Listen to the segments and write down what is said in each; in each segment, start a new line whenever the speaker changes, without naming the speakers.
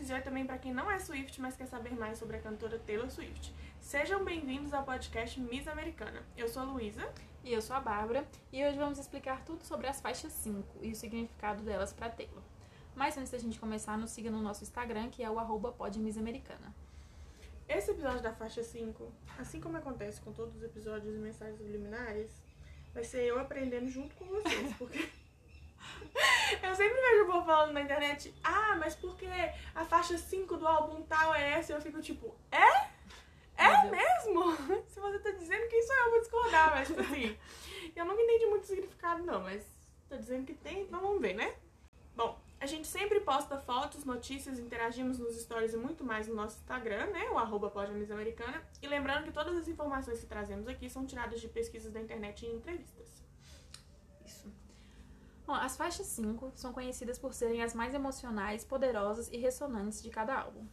dizer também para quem não é Swift, mas quer saber mais sobre a cantora Taylor Swift. Sejam bem-vindos ao podcast Miss Americana. Eu sou a Luísa.
E eu sou a Bárbara, e hoje vamos explicar tudo sobre as faixas 5 e o significado delas para Taylor. Mas antes da gente começar, nos siga no nosso Instagram, que é o arroba podmissamericana.
Esse episódio da faixa 5, assim como acontece com todos os episódios e mensagens subliminares, vai ser eu aprendendo junto com vocês, porque. Eu sempre vejo o povo falando na internet, ah, mas porque a faixa 5 do álbum tal é essa? Eu fico tipo, é? É
Meu Deus.
mesmo? Se você tá dizendo que isso eu vou discordar, mas tipo assim. Eu nunca entendi muito o significado, não, mas tô dizendo que tem, então vamos ver, né? Bom, a gente sempre posta fotos, notícias, interagimos nos stories e muito mais no nosso Instagram, né? O arroba podamisamericana. E lembrando que todas as informações que trazemos aqui são tiradas de pesquisas da internet e entrevistas.
Isso. Bom, as faixas 5 são conhecidas por serem as mais emocionais, poderosas e ressonantes de cada álbum.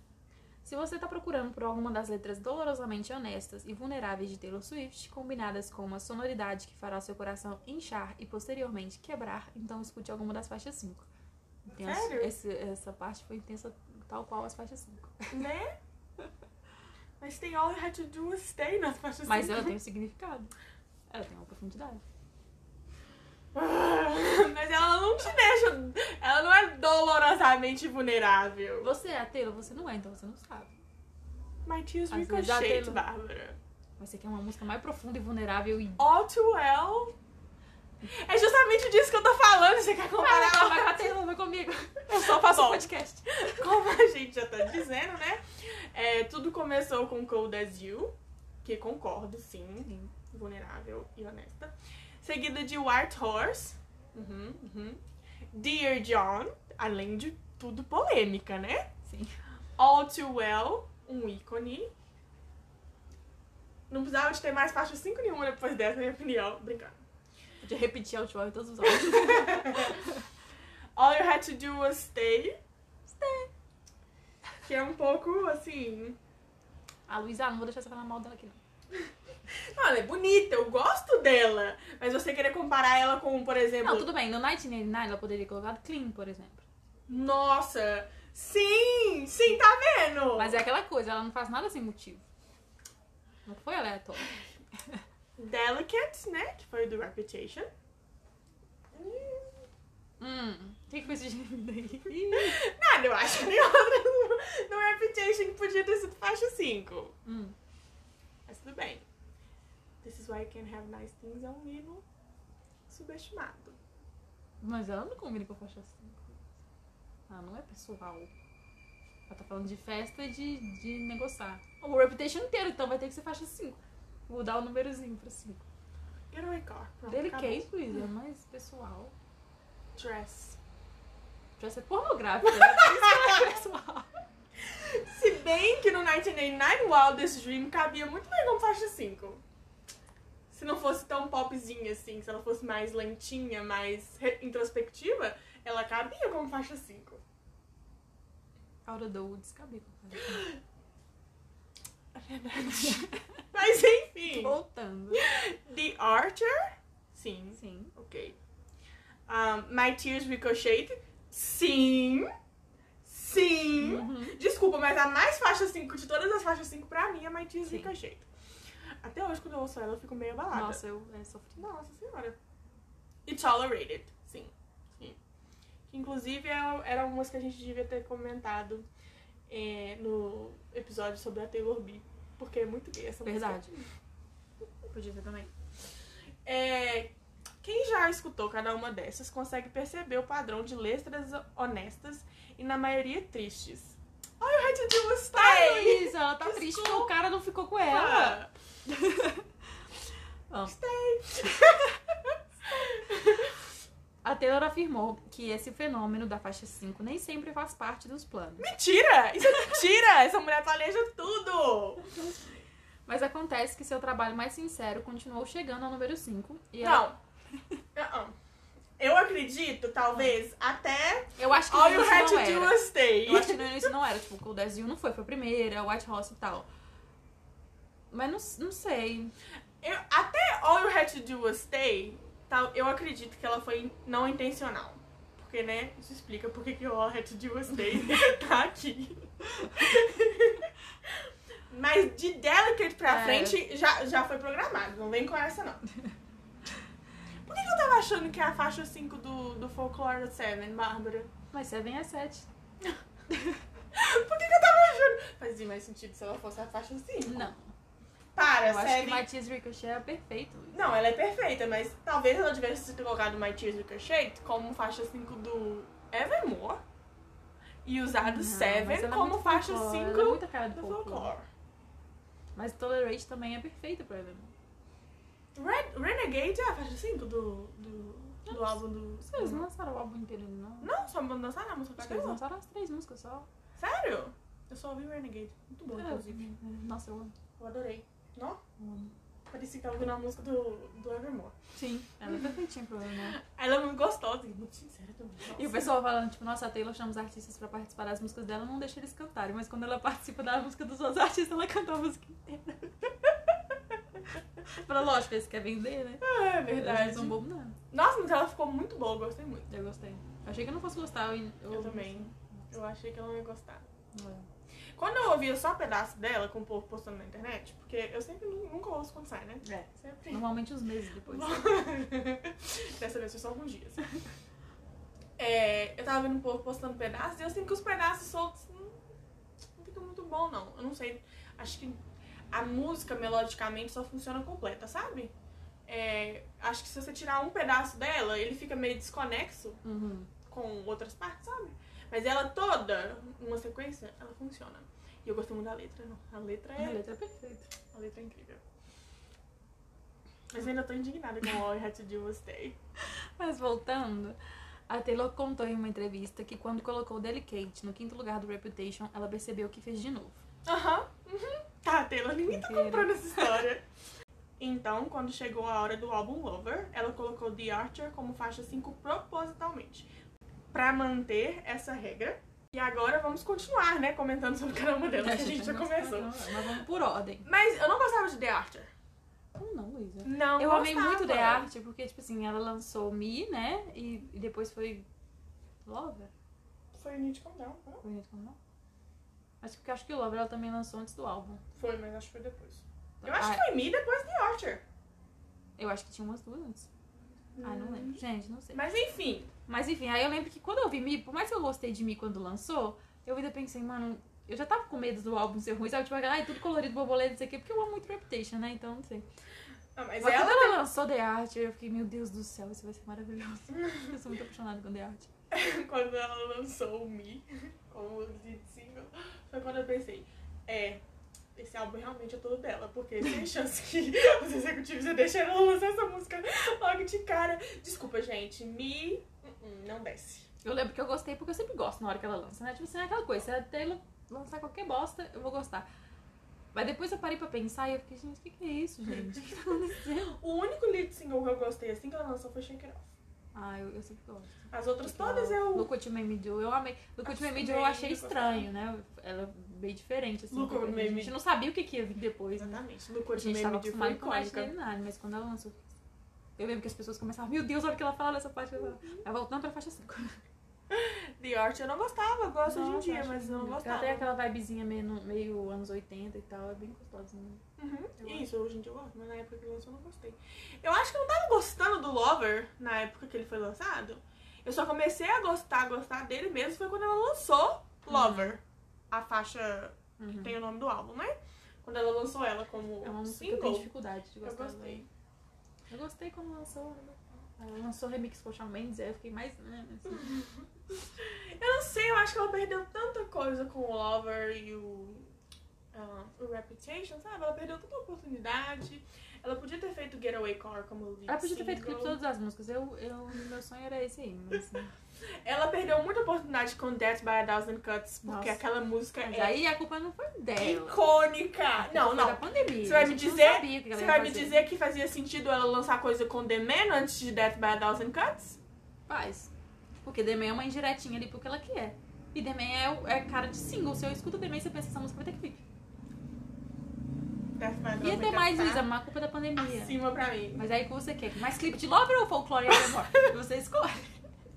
Se você está procurando por alguma das letras dolorosamente honestas e vulneráveis de Taylor Swift, combinadas com uma sonoridade que fará seu coração inchar e posteriormente quebrar, então escute alguma das faixas 5. Intenso.
Sério?
Esse- essa parte foi intensa, tal qual as faixas 5.
Né? Mas tem All You Had to Do Was Stay assim. nas faixas
Mas
cinco.
ela tem um significado. Ela tem uma profundidade.
Mas ela não te deixa. Ela não é dolorosamente vulnerável.
Você é a Taylor? Você não é, então você não sabe.
My tears
Às vezes dá
ricochet,
pelo-
Bárbara.
Mas você quer uma música mais profunda e vulnerável e
All too well. É justamente disso que eu tô falando. Você quer comparar
Vai,
ela?
vai com a Taylor, vai comigo.
Eu só faço
Bom.
podcast. Como a gente já tá dizendo, né? É, tudo começou com Cold As You, que concordo, sim.
Uhum,
Vulnerável e honesta. Seguida de White Horse. Uhum, uhum. Dear John. Além de tudo polêmica, né?
Sim.
All Too Well, um ícone. Não precisava de ter mais faixa 5 nenhuma depois dessa, na minha opinião. Brincando.
Podia repetir a última em todos os áudios.
All You Had To Do Was Stay. Stay. Que é um pouco, assim...
A Luísa, ah, não vou deixar você falar mal dela aqui, não.
Não, ela é bonita, eu gosto dela. Mas você querer comparar ela com, por exemplo...
Não, tudo bem. No 1989, ela poderia colocar Clean, por exemplo.
Nossa, sim, sim, tá vendo?
Mas é aquela coisa, ela não faz nada sem motivo. Não foi aleatório.
Delicate, né? Que foi do Reputation.
Hum, o que que foi esse gênero daí?
Nada, eu acho que nem outra no- no Reputation podia ter sido faixa 5.
Hum,
Mas tudo bem. This is why you can have nice things é um hino subestimado.
mas ela não combina com a faixa 5. Ela não é pessoal. Ela tá falando de festa e de, de negociar. O Reputation inteiro, então, vai ter que ser faixa 5. Vou dar o númerozinho pra 5.
Get away car. Pronto,
Delicate, Luísa, é mais pessoal.
acabou. Dress.
Pra ser pornográfica, né? Por isso que ela é pessoal.
Se bem que no 1989 Wildest Dream cabia muito bem como faixa 5. Se não fosse tão popzinha assim, se ela fosse mais lentinha, mais re- introspectiva, ela cabia como faixa 5.
Aura do tá? descabelo.
Mas enfim.
É Voltando.
The Archer. Sim.
Sim.
Ok. Um, My Tears Ricocheted. Sim. Sim.
Uhum.
Desculpa, mas a mais faixa 5 de todas as faixas 5 pra mim é My Tears
Sim.
Ricochet. Até hoje, quando eu ouço ela, eu fico meio abalada.
Nossa, eu é, sofri.
Nossa senhora. E Tolerated. Sim. Sim. Que, inclusive, é- era uma música que a gente devia ter comentado é, no episódio sobre a Taylor B. Porque é muito gay essa música.
Verdade. Podia ser também.
É, quem já escutou cada uma dessas consegue perceber o padrão de letras honestas e, na maioria, tristes. All you had to do was stay!
Luísa, ela tá triste porque o cara não ficou com ela.
Ah,
Vamos.
stay!
A Taylor afirmou que esse fenômeno da faixa 5 nem sempre faz parte dos planos.
Mentira! Isso é mentira! Essa mulher planeja tudo!
Mas acontece que seu trabalho mais sincero continuou chegando ao número 5. E ela-
Não. Não. Eu acredito, talvez, até
Eu acho que no
All You
início
Had
não
to Do
era.
Was Stay.
Eu acho que no início não era, tipo, o Desil não foi, foi a primeira, o White Horse e tal. Mas não, não sei.
Eu- até All You Had to Do Was Stay, tal, eu acredito que ela foi não intencional. Porque Porque, né, isso explica porque que o All Hat de Wednesday tá aqui. Mas de Delicate pra
É.
frente já, já foi programado, não vem com essa não. Por que, que eu tava achando que é a faixa 5 do, do Folklore 7, Bárbara?
Mas 7 é 7.
Por que, que eu tava achando? Fazia mais sentido se ela fosse a faixa 5.
Não.
Para,
Eu acho que
É Seven.
Matias Ricochet é perfeito.
Não, ela é perfeita, mas talvez ela tivesse colocado My Tears Ricochet como faixa 5 do Evermore e usado
Não, mas
Seven
ela é
como
muito
faixa
folclore,
5
ela é muita cara
do
do folclore.
folklore.
Mas Tolerate também é perfeito pra Evermore.
Red, Renegade é a faixa 5 do, do, do
Não,
álbum do.
Vocês não lançaram o álbum inteiro, não?
Uhum. Não, só vão dançar na música
Acho que eles
pra
lançaram as três músicas só.
É, Sério? Eu só ouvi Renegade. Muito bom, inclusive.
É, Nossa, eu amo.
Eu adorei. Não?
eu amo.
Parecia que tava ouvindo a música do, do Evermore.
Sim, ela é perfeitinha pra Evermore.
Ela é muito gostosa, e muito sincera também.
E o
Nossa.
pessoal falando, tipo, nossa, a Taylor chama os artistas pra participar das músicas dela, não deixa eles cantarem, mas quando ela participa da música dos outros artistas, ela canta a música inteira. Fala, lógico, eles querem vender, né?
Ah, É
Eles não
verdade.
são bobos, não.
Nossa, mas ela ficou muito boa, eu gostei muito.
Eu gostei. Eu achei que eu não fosse gostar. Eu, eu,
Eu também. Eu achei que ela não ia gostar.
É.
Quando eu ouvia só pedaço dela com o povo postando na internet, porque eu sempre nu- nunca ouço quando sai, né? Sempre.
É. Normalmente uns meses depois.
Dessa vez foi só alguns dias. É, eu tava vendo o povo postando pedaços e eu sinto que os pedaços soltos não, não ficam muito bom, não. Eu não sei. Acho que a música melodicamente só funciona completa, sabe? É, acho que se você tirar um pedaço dela, ele fica meio desconexo
Uhum.
com outras partes, sabe? Mas ela toda, uma sequência, ela funciona. E eu gostei muito da letra, não. A letra
A
é,
letra é perfeita.
a letra é incrível. Mas eu ainda tô indignada com o All I Had to Do Was Stay.
Mas voltando, a Taylor contou em uma entrevista que quando colocou Delicate no quinto lugar do Reputation, ela percebeu que fez de novo.
Aham. uhum. Tá, Taylor, ninguém tá
Inteira.
comprando essa história. Então, quando chegou a hora do álbum Lover, ela colocou The Archer como faixa 5 propositalmente. Pra manter essa regra. E agora vamos continuar, né? Comentando sobre cada uma
Então, É,
delas que a gente já começou.
Mas vamos por ordem.
Mas eu não gostava de The Archer.
Como não, Luísa?
Não
Eu amei
gostava.
muito The Art, porque, tipo assim, ela lançou Me, né? E, e depois foi Lover.
Foi Need Countdown, não?
Foi isso, não? Acho que, acho que o Lover ela também lançou antes do álbum.
Foi, mas acho que foi depois. Eu
Ah,
acho que foi Me depois The Archer.
eu acho que tinha umas duas antes. Ah, não
Hum.
lembro. Gente, não sei.
Mas enfim.
Mas enfim, aí eu lembro que quando eu vi Mi, por mais que eu gostei de Mi quando lançou, eu ainda pensei, mano, eu já tava com medo do álbum ser ruim, sabe? Tipo, ai, tudo colorido, borboleta, não sei o quê, porque eu amo muito Reputation, né? Então, não sei.
Ah, mas
Mas
ela,
quando ela lançou The Art, eu fiquei, meu Deus do céu, isso vai ser maravilhoso. eu sou muito apaixonada com The Art.
quando ela lançou o Me como lead single, foi quando eu pensei, é, esse álbum realmente é todo dela, porque tem chance que os executivos iam deixar ela lançar essa música logo de cara. Desculpa, gente, Me uh-uh, não desce.
Eu lembro que eu gostei porque eu sempre gosto na hora que ela lança, né? Tipo assim, é aquela coisa, se a Taylor lançar qualquer bosta, eu vou gostar. Mas depois eu parei pra pensar e eu fiquei, gente, o que, que é isso, gente? O que tá acontecendo?
O único lead single que eu gostei assim que ela lançou foi Shake It Off.
Ah, eu, eu sempre gosto.
As outras todas eu...
Look What You Made Me Do, eu amei. Look What You Made Me Do eu
Amei,
achei
gostei.
estranho, né? Ela é bem diferente, assim.
Look
porque
What
a
You Made
gente
Me-
não sabia o que, que ia vir depois, né?
Exatamente. No
A
Code
gente
Meme
tava
de foi né?
acostumado com mais
icônica.
nada, mas quando ela lançou... Eu lembro que as pessoas começavam, meu Deus, olha o que ela fala nessa parte. Ela Vai voltando pra faixa 5.
The Art eu não gostava, eu gosto hoje em
Nossa,
dia,
acho
mas eu não
lindo.
gostava.
Ela tem aquela vibezinha meio, no- meio anos 80 e tal, é bem gostosa. Né?
Uhum.
Eu
Isso, hoje em dia eu gosto, mas na época que lançou eu não gostei. Eu acho que eu não tava gostando do Lover na época que ele foi lançado. Eu só comecei a gostar, gostar dele mesmo foi quando ela lançou
Uhum.
Lover, a faixa que tem o nome do álbum, né? Quando ela lançou ela como
É uma música que eu tenho
single.
dificuldade de
Eu
gostar. né?
gostei.
dela. Eu gostei quando lançou. né? Ela lançou remix com o Shawn Mendes, aí eu fiquei mais. né, assim.
Uhum. Eu não sei, eu acho que ela perdeu tanta coisa com o Lover e o, ah, o Reputation, sabe? Ela perdeu tanta oportunidade. Ela podia ter feito Getaway Car como lead
Ela podia ter feito clipe
single.
de todas as músicas. Eu, eu, meu sonho era esse aí, mas. né.
Ela perdeu muita oportunidade com Death by a Thousand Cuts, porque
Nossa.
aquela música
Mas
é
aí é a culpa não foi dela.
icônica. Não,
Foi Da
não.
pandemia.
Você vai
A
me
gente não
dizer-
sabia o que ela
Você
ia
vai me
fazer.
dizer que fazia sentido ela lançar coisa com The Man antes de Death by a Thousand Cuts?
Faz. Porque The Man é uma indiretinha ali porque ela quer. E The Man é, o- é cara de single. Se eu escuto The Man, você pensa essa música vai ter clipe.
Death by a
Ia ter mais, Luísa,
tá
mas a culpa é da pandemia.
Acima pra mim.
é Mas aí o que você quer? Mais clipe de Lover ou Folklore e Evermore? Você escolhe.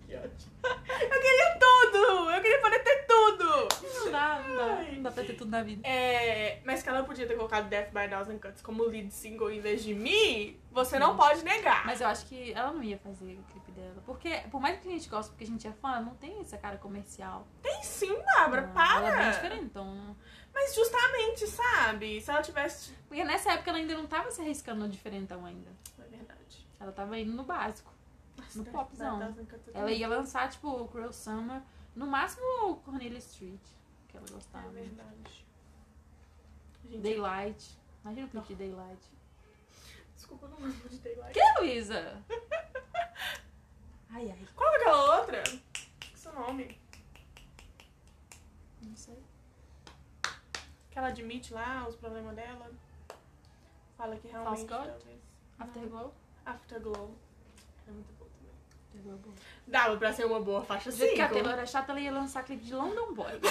Que ótimo. Eu queria poder ter tudo!
Não dá, não dá.
Ai.
Não dá pra ter tudo na vida.
É, mas que ela podia ter colocado Death by Thousand Cuts como lead single em vez de Me, você não pode negar.
Mas eu acho que ela não ia fazer o clipe dela. Porque, por mais que a gente goste, porque a gente é fã, não tem essa cara comercial.
Tem sim, Bárbara,
Não, Ela é bem
para!
diferentona.
mas justamente, sabe? Se ela tivesse.
Porque nessa época ela ainda não tava se arriscando no diferentão ainda.
É verdade.
Ela tava indo no básico.
Nossa,
No
Death
popzão.
by Thousand Cuts é tão
Ela ia lançar, tipo, Cruel Summer, no máximo Cornelia Street, que ela
É
gostava.
verdade. Gente,
Daylight. Imagina o clipe de Daylight.
desculpa, eu não lembro de Daylight.
Que, Luísa? ai, ai.
Qual é aquela outra? Que seu nome?
Não sei.
Que ela admite lá os problemas dela. Fala que realmente.
False God?
talvez-
Afterglow?
Afterglow. Era muito boa também.
Afterglow é bom.
Dava pra ser uma boa faixa
Do jeito que a
5.
Taylor era chata, ela ia lançar clipe de London Boy.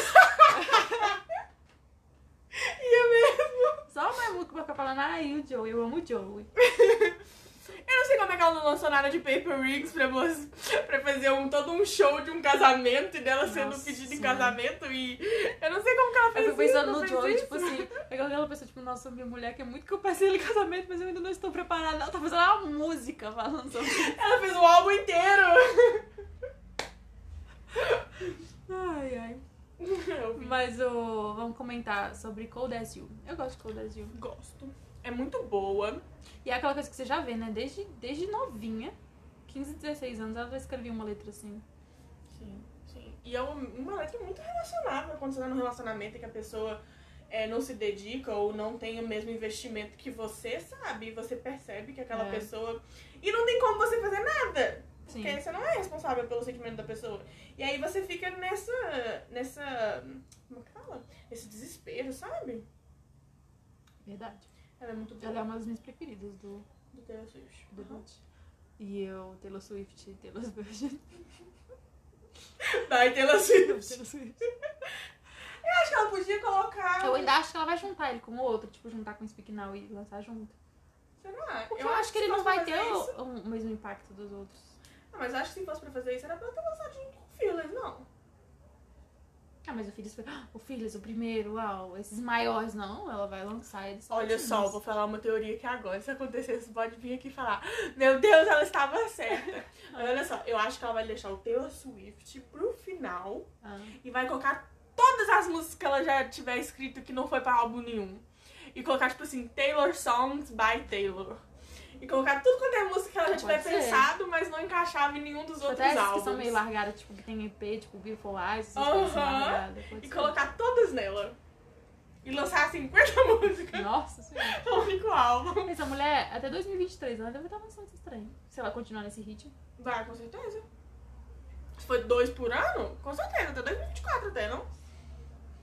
Ia mesmo.
Só o Mamuco pra ficar falando, ai, o Joey, eu amo o Joey.
Eu não sei como é que ela não lançou nada de Paper Rigs pra, você, pra fazer um, todo um show de um casamento e dela sendo
Nossa
pedida em
Senhora.
casamento e. Eu não sei como que ela
Eu
fez
fico
isso.
pensando no
fez
Joey,
isso.
tipo assim, aquela pessoa, tipo, nossa, minha mulher quer muito que eu passe ele em casamento, mas eu ainda não estou preparada. Ela tá fazendo uma música falando sobre
Ela fez um álbum inteiro.
Ai, ai.
Eu
Mas o... vamos comentar sobre Cold As You. Eu gosto de Cold As You.
gosto. É muito boa.
E é aquela coisa que você já vê, né? Desde, desde novinha, 15, 16 anos, ela já escrevia uma letra assim.
Sim, sim. E é um- uma letra muito relacionável quando você tá num relacionamento e que a pessoa é, não se dedica ou não tem o mesmo investimento que você, sabe? E você percebe que aquela
É.
pessoa. E não tem como você fazer nada.
Sim.
Porque você não é responsável pelo sentimento da pessoa. E aí você fica nessa. nessa. Como é que fala? Esse desespero, sabe?
Verdade.
Ela é muito boa.
Ela é uma das minhas preferidas do
Do Taylor Swift.
debut. E eu, Taylor Swift, Taylor Swift.
Vai, Taylor Swift.
Taylor Swift.
Eu acho que ela podia colocar.
Eu ainda acho que ela vai juntar ele com o outro, tipo, juntar com o Speak Now e lançar junto.
Será?
Porque eu, acho que ele
se
não
fosse pra
vai ter
fazer isso-
o, o mesmo impacto dos outros.
Não, Ah, mas acho que se fosse pra fazer isso, era pra eu ter lançado junto com o Feelers, não.
Ah, mas o Phyllis foi. "Ah, O Phyllis, o primeiro, uau, esses maiores não, ela vai lançar eles.
Olha
sozinhos.
só, eu vou falar uma teoria que agora, se acontecer, você pode vir aqui e falar: Meu Deus, ela estava certa. Mas olha só, eu acho que ela vai deixar o Taylor Swift pro final
Ah,
e vai colocar todas as músicas que ela já tiver escrito que não foi pra álbum nenhum. E colocar, tipo assim, Taylor Songs by Taylor. E colocar tudo quanto é música que ela já
Pode
tiver
ser.
pensado, mas não encaixava em nenhum dos outros
até essas
álbuns.
que são meio largadas, tipo, que tem EP, tipo, Beautiful Eyes, essas
Aham.
coisas largadas. pode
E
ser.
colocar todas nela. E lançar 50 músicas
Nossa senhora.
no único álbum.
Essa mulher, até 2023, ela deve estar lançando esses trem. Se ela continuar nesse ritmo.
Vai, com certeza. Se for dois por ano, com certeza, até 2024 até, não?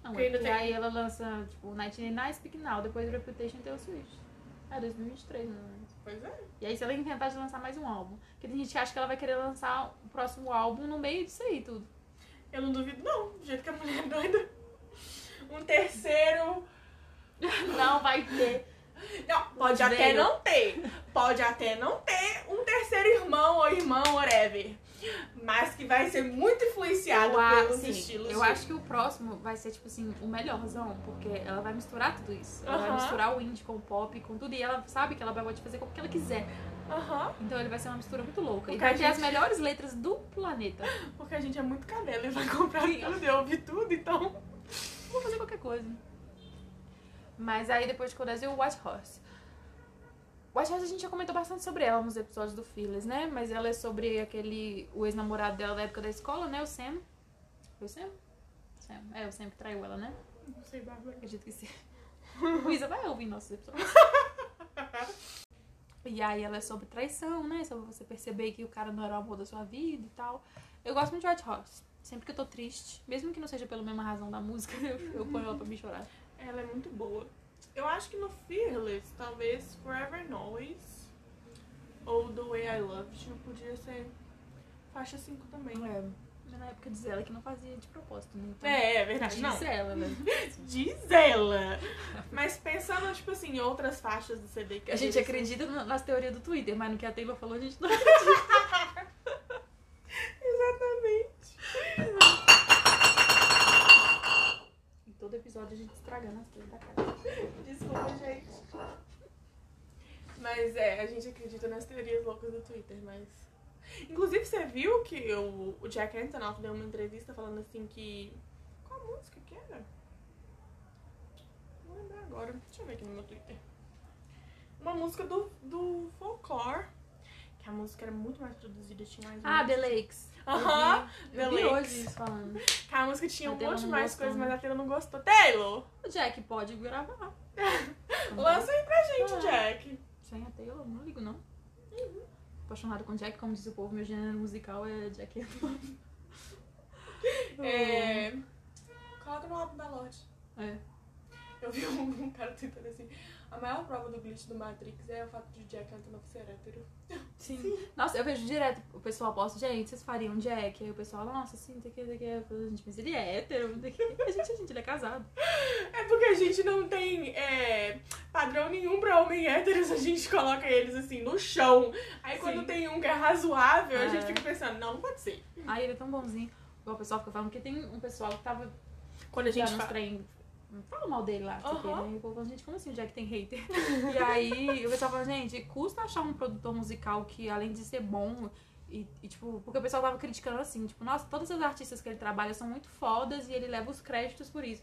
Não,
Porque
é
ainda
porque
tem-
aí ela lança, tipo, Night Night, Speak Now, depois Reputation e Taylor Swift. É 2023, né?
Pois é.
E aí, se ela inventar de lançar mais um álbum. Porque tem gente que acha que ela vai querer lançar o próximo álbum no meio disso aí tudo.
Eu não duvido, não. Do jeito que a mulher é doida. Um terceiro.
Não vai ter.
Não, pode
Os
até
velho.
não ter. Pode até não ter um terceiro irmão ou irmã, whatever. Mas que vai ser muito influenciado
Eu a-
pelos
sim,
estilos.
eu acho que o próximo vai ser, tipo assim, o melhorzão. Porque ela vai misturar tudo isso. Ela vai
Aham.
misturar o indie com o pop, com tudo. E ela sabe que ela vai- pode fazer como que ela quiser.
Aham.
Então ele vai ser uma mistura muito louca.
Porque
e vai
a
ter as
gente-
melhores letras do planeta.
Porque a gente é muito cadela e vai comprar
Sim.
tudo, eu ouvi tudo, então.
Vou fazer qualquer coisa. Mas aí depois de Corazil, White Horse. White Horse a gente já comentou bastante sobre ela nos episódios do Phyllis, né? Mas ela é sobre aquele. o ex-namorado dela da época da escola, né? O Sam. Foi o Sam? Sam. É, o Sam que traiu ela, né?
Não sei, Bárbara.
Acredito que sim. Luísa vai ouvir nossos episódios. E aí ela é sobre traição, né? Sobre você perceber que o cara não era o amor da sua vida e tal. Eu gosto muito de White Horse. Sempre que eu tô triste, mesmo que não seja pela mesma razão da música, eu, eu ponho ela pra me chorar.
Ela é muito boa. Eu acho que no Fearless, talvez Forever Noise ou The Way I Loved You podia ser faixa 5 também.
É, mas na época diz ela que não fazia de propósito, né? Então,
É, é verdade.
diz
Não.
ela, né?
Diz ela. Mas pensando, tipo assim, em outras faixas do CD que
A gente
poderia
acredita na- nas teorias do Twitter, mas no que a Taylor falou, a gente não.
ser- Exatamente.
estragando as coisas da casa.
Desculpa, gente. Mas é, a gente acredita nas teorias loucas do Twitter, mas. Inclusive, você viu que o, o Jack Antonoff deu uma entrevista falando assim que. Qual a música que era? Não lembro agora. Deixa eu ver aqui no meu Twitter. Uma música do, do folclore. Que a música era muito mais produzida, tinha mais.
Ah, The
música.
Lakes.
Aham,
Eu vi,
The
eu vi
Lakes.
hoje isso falando.
Que a música tinha
A
um
Taylor
monte
não
mais
gostou,
coisas,
né?
mas a Taylor não gostou. Taylor!
O Jack pode gravar.
Lança aí pra gente,
Ah. Uhum.
Jack.
Sem a Taylor, não ligo não. Apaixonado com Jack, como diz o povo, meu gênero musical é Jack Antonoff.
É... Coloca no álbum da Lorde.
É.
Eu vi um, um cara tentando assim. A maior prova do glitch do Matrix é o fato de Jack Antonoff ser hétero.
Sim. Nossa, eu vejo direto o pessoal posta, gente, vocês fariam Jack? Aí o pessoal, nossa, sim, tem que, tem que. A gente, mas ele é hétero, não sei o quê. A gente, a gente, ele é casado.
É porque a gente não tem é, padrão nenhum pra homem héteros, a gente coloca eles assim no chão. Aí quando
Sim.
tem um que é razoável, a
É.
gente fica pensando, não, não pode ser.
Aí ele é tão bonzinho. Igual o pessoal fica falando, porque tem um pessoal que tava
Quando a
já
gente
nos
fala.
trem. Fala mal dele lá, não sei o quê,
Aham.
né? E o povo, gente, como assim o Jack tem hater? e aí o pessoal fala, gente, custa achar um produtor musical que, além de ser bom, e, e, tipo, porque o pessoal tava criticando assim, tipo, nossa, todas as artistas que ele trabalha são muito fodas e ele leva os créditos por isso.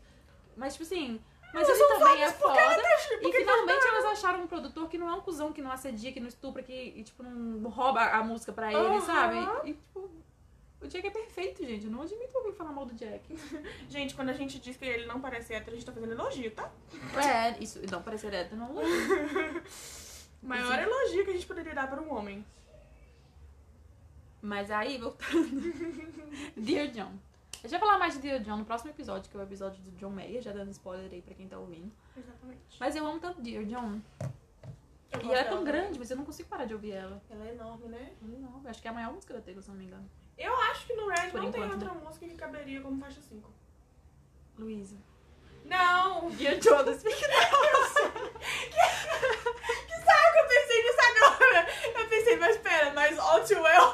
Mas, tipo assim, mas
Elas
ele
são
também é
fodas porque ela
foda. E
porque ele tá
finalmente elas acharam um produtor que não é um cuzão, que não assedia, que não estupra, que e, tipo, não rouba a música pra ele,
Aham.
sabe? E, tipo, o Jack é perfeito, gente. Eu não admito alguém falar mal do Jack.
Gente, quando a gente diz que ele não parece hétero, a gente tá fazendo elogio, tá?
É, isso. Não, parece direto, não.
Maior elogio que a gente poderia dar pra um homem.
Mas aí, voltando. Dear John. A gente vai falar mais de Dear John no próximo episódio, que é o episódio do John Mayer, já dando spoiler aí pra quem tá ouvindo.
Exatamente.
Mas eu amo tanto Dear John.
Eu
E
gosto
ela é tão
dela.
grande, mas eu não consigo parar de ouvir ela.
Ela é enorme, né?
Não, eu acho que é a maior música da Taylor, se não me engano.
Eu acho que no Red
Por
não tem
enquanto, né?
outra música que caberia como faixa 5.
Luísa.
Não!
Dear John, do Speak
Que saco! Eu pensei nisso agora! Eu pensei, mas pera, mas All Too Well...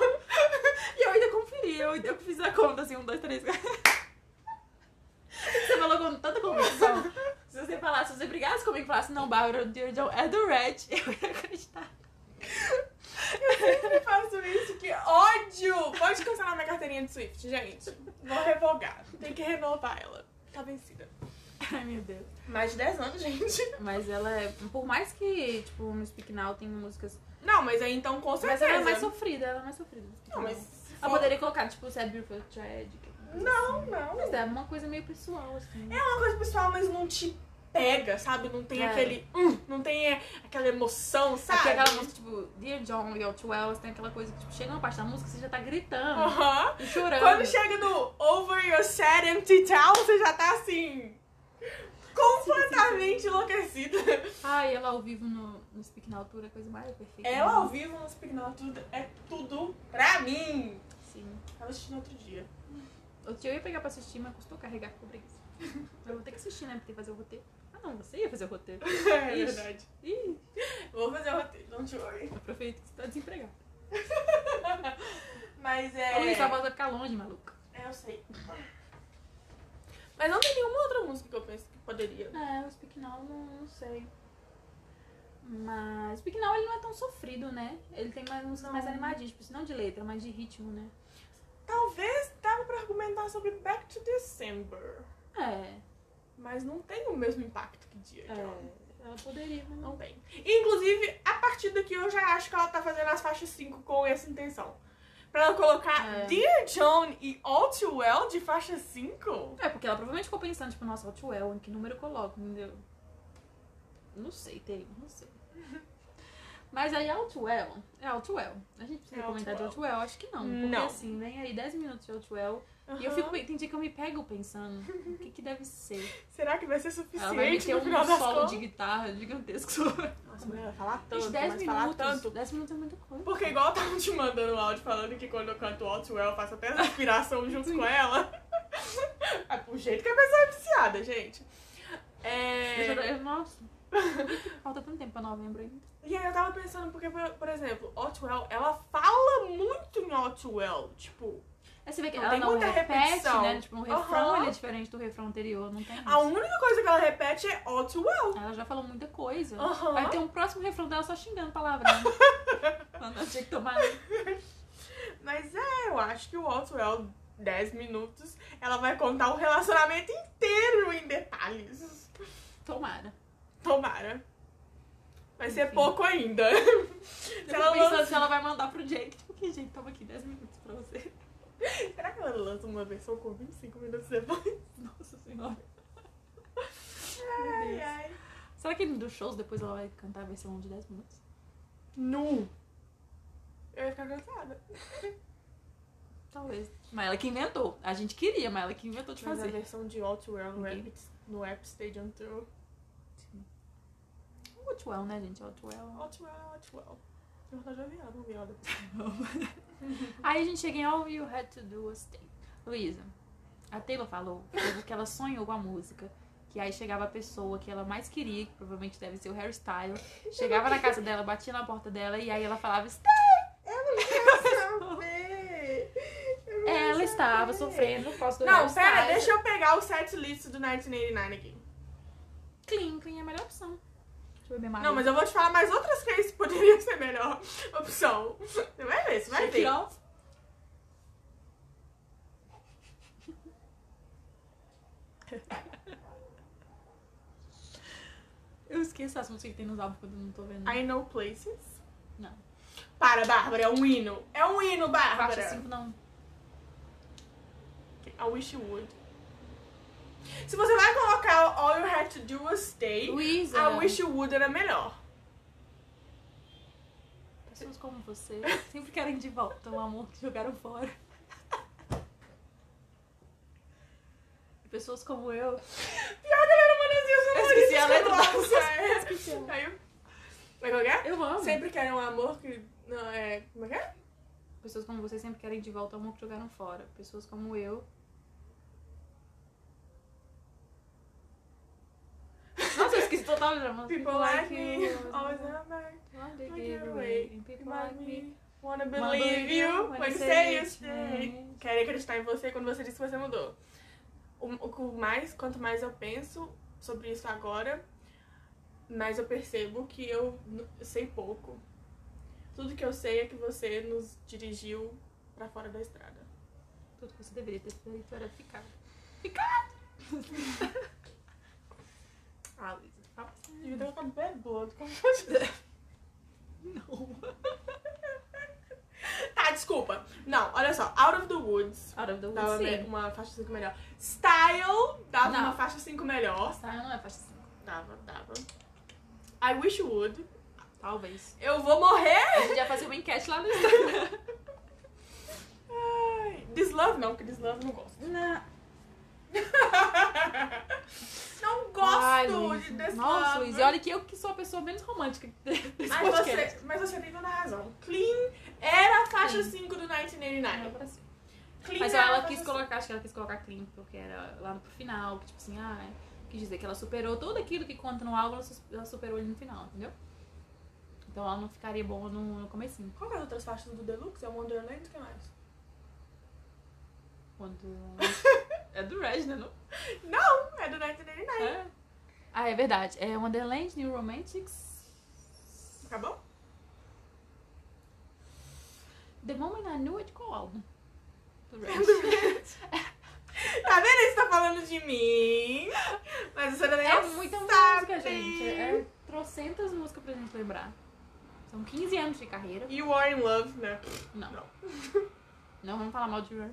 E eu ainda conferi, eu, eu fiz a conta assim, um, dois, três. Você falou com tanta convicção. Se você falasse, se você brigasse comigo e falasse, não, Bárbara, o Dear John é do Red, eu ia acreditar.
Eu sempre faço isso, que ódio! Pode cancelar minha carteirinha de Swift, gente. Vou revogar. Tem que renovar ela. Tá vencida.
Ai, meu Deus.
Mais de 10 anos, gente.
Mas ela é. Por mais que, tipo, no Speak Now tem músicas.
Não, mas aí então com
Mas
certeza.
ela é mais sofrida, ela é mais sofrida.
Não, mas... se
Ela
for-
poderia colocar, tipo, Sad Beautiful Tragic. assim.
Não, não.
Mas é uma coisa meio pessoal, assim.
É uma coisa pessoal, mas não te pega, sabe? Não tem
É.
aquele. hum, não tem é, aquela emoção, sabe?
Porque aquela música, tipo, Dear John e All Too Well, elas têm aquela coisa que, tipo, chega uma parte da música, você já tá gritando
Aham.
e chorando.
Quando chega no Over Your Sad Empty Town, você já tá assim. Completamente enlouquecida.
Ai, Ah, ela ao vivo no, no Speak na Altura é a coisa mais perfeita.
Ela ao vivo no Spignal tudo, é tudo pra mim.
Sim.
Tava assistindo outro dia.
Outro dia assim. eu ia pegar pra assistir, mas custou carregar com preguiça. Eu vou ter que assistir, né? Porque tem que fazer o roteiro. Ah, não, você ia fazer o roteiro.
É
Ixi.
verdade.
Ih,
Vou fazer o roteiro, don't you worry.
aproveita que você tá desempregado.
Mas
É. Luiz, a
é.
voz vai ficar longe, maluca.
É, eu sei. Mas não tem nenhuma outra música que eu penso que poderia.
É, o Speak Now, não, não sei. Mas o Speak Now, ele não é tão sofrido, né? Ele tem mais músicas
Não.
mais animadinhas, tipo, não de letra, mas de ritmo, né?
Talvez dava pra argumentar sobre Back to December.
É,
Mas não tem o mesmo impacto que Dear John.
é. Ela poderia, mas não.
Não tem. Inclusive, a partir daqui eu já acho que ela tá fazendo as faixas 5 com essa intenção. Pra ela colocar
É.
Dear John e All Too Well de faixa 5?
É, porque ela provavelmente ficou pensando, tipo, nossa, what well, em que número eu coloco, entendeu? Não sei, tem, não sei. Mas aí Outwell, é Outwell. A gente precisa
É
comentar de
Outwell.
Outwell, acho que não. Porque
Não.
assim, vem aí 10 minutos de Outwell e eu fico,
Aham.
tem dia que eu me pego pensando, o que que deve ser?
Será que vai ser
Ela vai
suficiente
meter
no final
um
das
solo
contas?
de guitarra gigantesco. Gente,
Nossa, mas vai falar tanto,
10
mas falar
minutos,
tanto.
10 minutos é muita coisa.
Porque igual eu tava te mandando um áudio falando que quando eu canto All Too Well, eu faço até respiração junto com ela. É por jeito que a pessoa é viciada, gente.
Eu já-
É...
eu- nossa, falta tanto tempo pra novembro ainda.
E aí eu tava pensando, porque, por, por exemplo, All Too Well, ela fala muito em All Too Well. Tipo,
Aí É, você vê que
Não
ela
tem
não
muita
repete,
repetição.
né? Tipo, um refrão
Aham.
ele é diferente do refrão anterior, não tem
A
isso.
única coisa que ela repete é all too well.
Ela já falou muita coisa.
Aham.
Vai ter um próximo refrão dela só xingando palavrão. Quando ela tinha que tomar. né?"
Mas é, eu acho que o all too well, 10 minutos, ela vai contar o relacionamento inteiro em detalhes.
Tomara.
Tomara. Vai ser
Enfim.
pouco ainda.
Eu
ela
ela pensando
lança-
se ela vai mandar pro Jake. Tipo, que Jake, toma aqui 10 minutos pra você.
Será que ela lança uma versão com 25 minutos depois?
Nossa senhora.
Ai,
Deus.
ai.
Será que dos shows depois ela vai cantar a versão de 10 minutos?
Nu. Eu ia ficar cansada.
Talvez. Mas ela que inventou. A gente queria, mas ela que inventou de
Mas a
fazer.
versão de All Too Well no,
Ninguém.
App, no App Stadium Tour.
Outwell, né, gente? Outwell.
All Too Well, All Too Well. Eu já vi ela, não vi ela depois.
Aí a gente chega em All You Had To Do Was Stay. Luísa, a Taylor falou que ela sonhou com a música. Que aí chegava a pessoa que ela mais queria, que provavelmente deve ser o Harry Styles. Chegava na casa dela, batia na porta dela e aí ela falava... "Stay".
Eu não quero saber.
Ela estava sofrendo por causa do
Não,
Harry
pera,
Styles.
deixa eu pegar o set list do 1989 aqui.
Clean, clean é a melhor opção. Deixa eu beber mais.
Não, mas eu vou te falar mais outras coisas que poderiam ser melhor opção. Você vai ver, você vai
Shake it
ver.
off. Eu esqueço as músicas que tem nos álbuns quando eu não tô vendo.
I Know Places.
Não.
Para, Bárbara, é um hino. É um hino,
Faixa
Bárbara.
5 não.
I Wish You Would. Se você vai colocar All You Had To Do Was Stay,
Luísa.
I Wish You Would era melhor.
Pessoas como você sempre querem de volta o amor que jogaram fora. Pessoas como eu.
Pior que ela era uma das minhas
Eu esqueci a letra da
favoritas
música.
que eu gosto. Aí, eu- Como é que é?
Eu amo.
Sempre querem um amor que... Não, é... Como é que é?
Pessoas como você sempre querem de volta o amor que jogaram fora. Pessoas como eu. Nossa, eu esqueci total de drama.
People like me,
you,
always have my...
love they
Like
give
you,
away.
like,
And people
like
like me.
Wanna
wanna
believe you when you say you
né?
stay.
change.
Querem acreditar em você quando você disse que você mudou. O, o que mais, quanto mais eu penso sobre isso agora, mais eu percebo que eu n- sei pouco. Tudo que eu sei é que você nos dirigiu pra fora da estrada.
Tudo que você deveria ter feito era ficar. Ficado! ah, Luísa, tá?
Devia ter ficado bêbado. assim.
Não.
Tá, desculpa. Não, olha só. Out of the Woods.
Out of the
Dava
Woods,
me-
sim.
uma faixa 5 melhor. Style dava
Não.
uma faixa 5 melhor.
Nossa, não é faixa 5.
Dava, dava. I wish you would.
Talvez.
Eu vou morrer!
A gente já fazia uma enquete lá no Instagram.
Ai, this love não, porque this love não gosto.
Não.
não
Ai,
gosto
Luiz.
de this
Nossa,
love.
Luiz, e olha que eu que sou a pessoa menos romântica desse
mas
podcast.
você, mas você tem toda a razão. Clean era a faixa
Clean.
5 do
Não,
1989.
pra cima.
Clean
Mas ó,
era a
ela assim.
faixa
quis
cinco.
colocar, acho que ela quis colocar clean, porque era lá no pro final, que tipo assim, ah, quis dizer que ela superou tudo aquilo que conta no álbum, ela sus- ela superou ele no final, entendeu? Então ela não ficaria boa no, no comecinho.
Qual que é as outras faixas do Deluxe? É o Wonderland e o que mais?
Quando. é do Red, né? Não?
Não, é do 1989.
É. Ah, é verdade. É Wonderland, New Romantics.
Acabou?
The Moment I Knew It qual álbum? Do
É
Red.
do Red. Tá vendo? Você tá falando de mim. Mas você também
É
não
muita
sabe.
música, gente. É trocentas músicas pra gente lembrar. São 15 anos de carreira.
You are in love, né?
Não.
Não.
Não vamos falar mal de Run.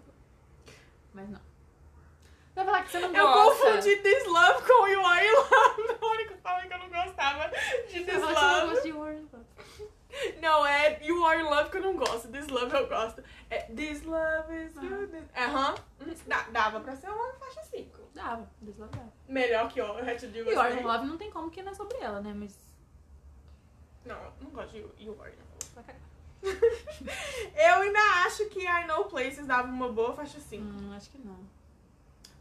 Mas não. Você vai falar que você não
Eu
gosta.
confundi This Love com You Are In Love. A única palavra que eu não gostava de
Você
This
vai falar que
Love.
você não gosta de Run.
Não, é You Are In Love que eu não gosto. This Love eu gosto. É This Love is
Ah.
you. this- Aham. Hum, Dá- Dava pra ser uma faixa 5.
Dava, deslavava.
Melhor que All I Had To Do assim. Was
E Orton
Stay.
Love não tem como que não é sobre ela, né? Mas
Não, não gosto de You, you Are In Love.
vai cagar.
Eu ainda acho que I Know Places dava uma boa faixa 5.
Hum, acho que não.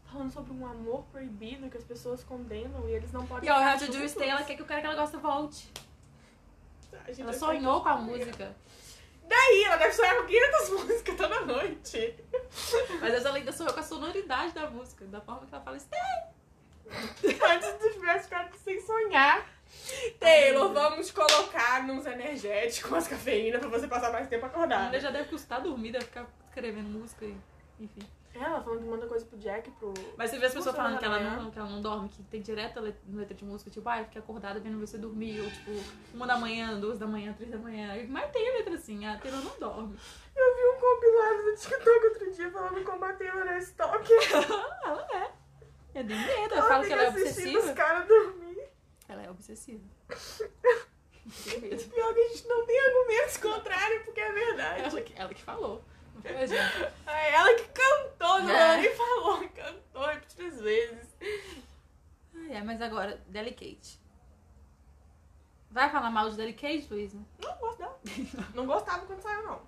Falando sobre um amor proibido que as pessoas condenam e eles não podem
E ó,
ficar
a Juju
juntos.
Stay, ela quer que o cara que ela gosta volte.
A gente é
Ela
vai
sonhou com a
ficar-
música.
Daí, ela deve sonhar com 500 músicas toda noite.
Mas essa lenda sou eu com a sonoridade da música, da forma que ela fala é Stay!
Antes de tivesse ficado sem sonhar. Taylor, vamos te colocar nos energéticos, umas cafeína pra você passar mais tempo acordada.
Ainda já deve custar dormir, deve ficar escrevendo música e. Enfim.
Ela falando que manda coisa pro Jack, pro.
Mas você vê as pessoas
Funciona,
falando que ela,
né?
não, que ela não dorme, que tem direta le- letra de música, tipo, ah, eu fiquei acordada vendo você dormir, ou tipo, uma da manhã, duas da manhã, três da manhã. Mas tem a letra assim, a Taylor não dorme.
Eu vi um compilado no TikTok outro dia falando como a Taylor é stalker.
ela é. Eu dei medo, eu falo que
fica
ela é
assistindo
obsessiva.
os caras dormir.
Ela é obsessiva.
E pior que a gente não tem argumentos contrários, porque é verdade.
Ela que, ela que falou. Não foi a gente.
É ela que cantou, não
É.
ela nem falou, cantou repetidas vezes.
Ai, ai, mas agora, Delicate. Vai falar mal de Delicate, Luísa?
Não gosto dela. Não gostava quando saiu, não.
Eu-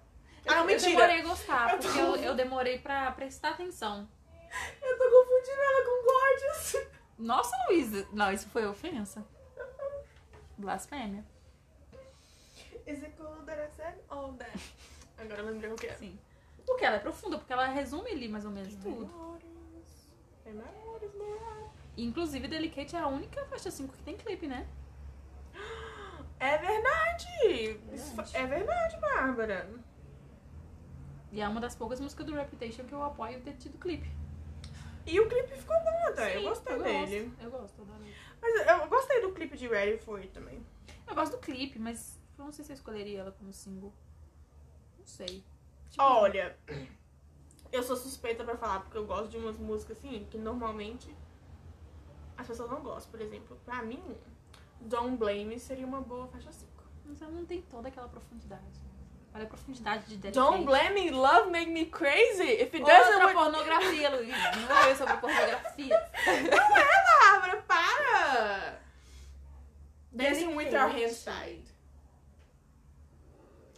Ah, não,
Eu
mentira.
demorei a gostar,
Eu tô-
porque eu, eu demorei pra prestar atenção.
Eu tô confundindo ela com Gorgeous.
Nossa, Luísa! Não, isso foi ofensa. Blasfêmia.
Is it cool that I said all that? Oh, Agora eu lembrei o que é.
Sim. Porque ela é profunda, porque ela resume ali mais ou menos né? tudo.
Memórias, memórias, memórias.
E, Inclusive, Delicate é a única faixa 5 que tem clipe, né?
É verdade! Isso
Verdade.
fa- É verdade, Bárbara.
E é uma das poucas músicas do Reputation que eu apoio ter tido clipe.
E o clipe ficou bom até, É,
Sim,
eu gostei
eu
dele.
Gosto, eu gosto, eu adoro ele.
Mas eu gostei do clipe de Ready For It também.
Eu gosto do clipe, mas eu não sei se eu escolheria ela como single. Não sei. Tipo,
Olha, eu sou suspeita pra falar, porque eu gosto de umas músicas assim, que normalmente as pessoas não gostam. Por exemplo, pra mim, Don't Blame Me seria uma boa faixa 5.
Mas ela não tem toda aquela profundidade. Olha a profundidade de Delicate.
Don't Blame Me, Love Make Me Crazy, If It Doesn't...
Outra
Work-
pornografia, Luiz. Não vou ver sobre pornografia.
Não é, Bárbara, para! um Dancing With Our Hands Tied.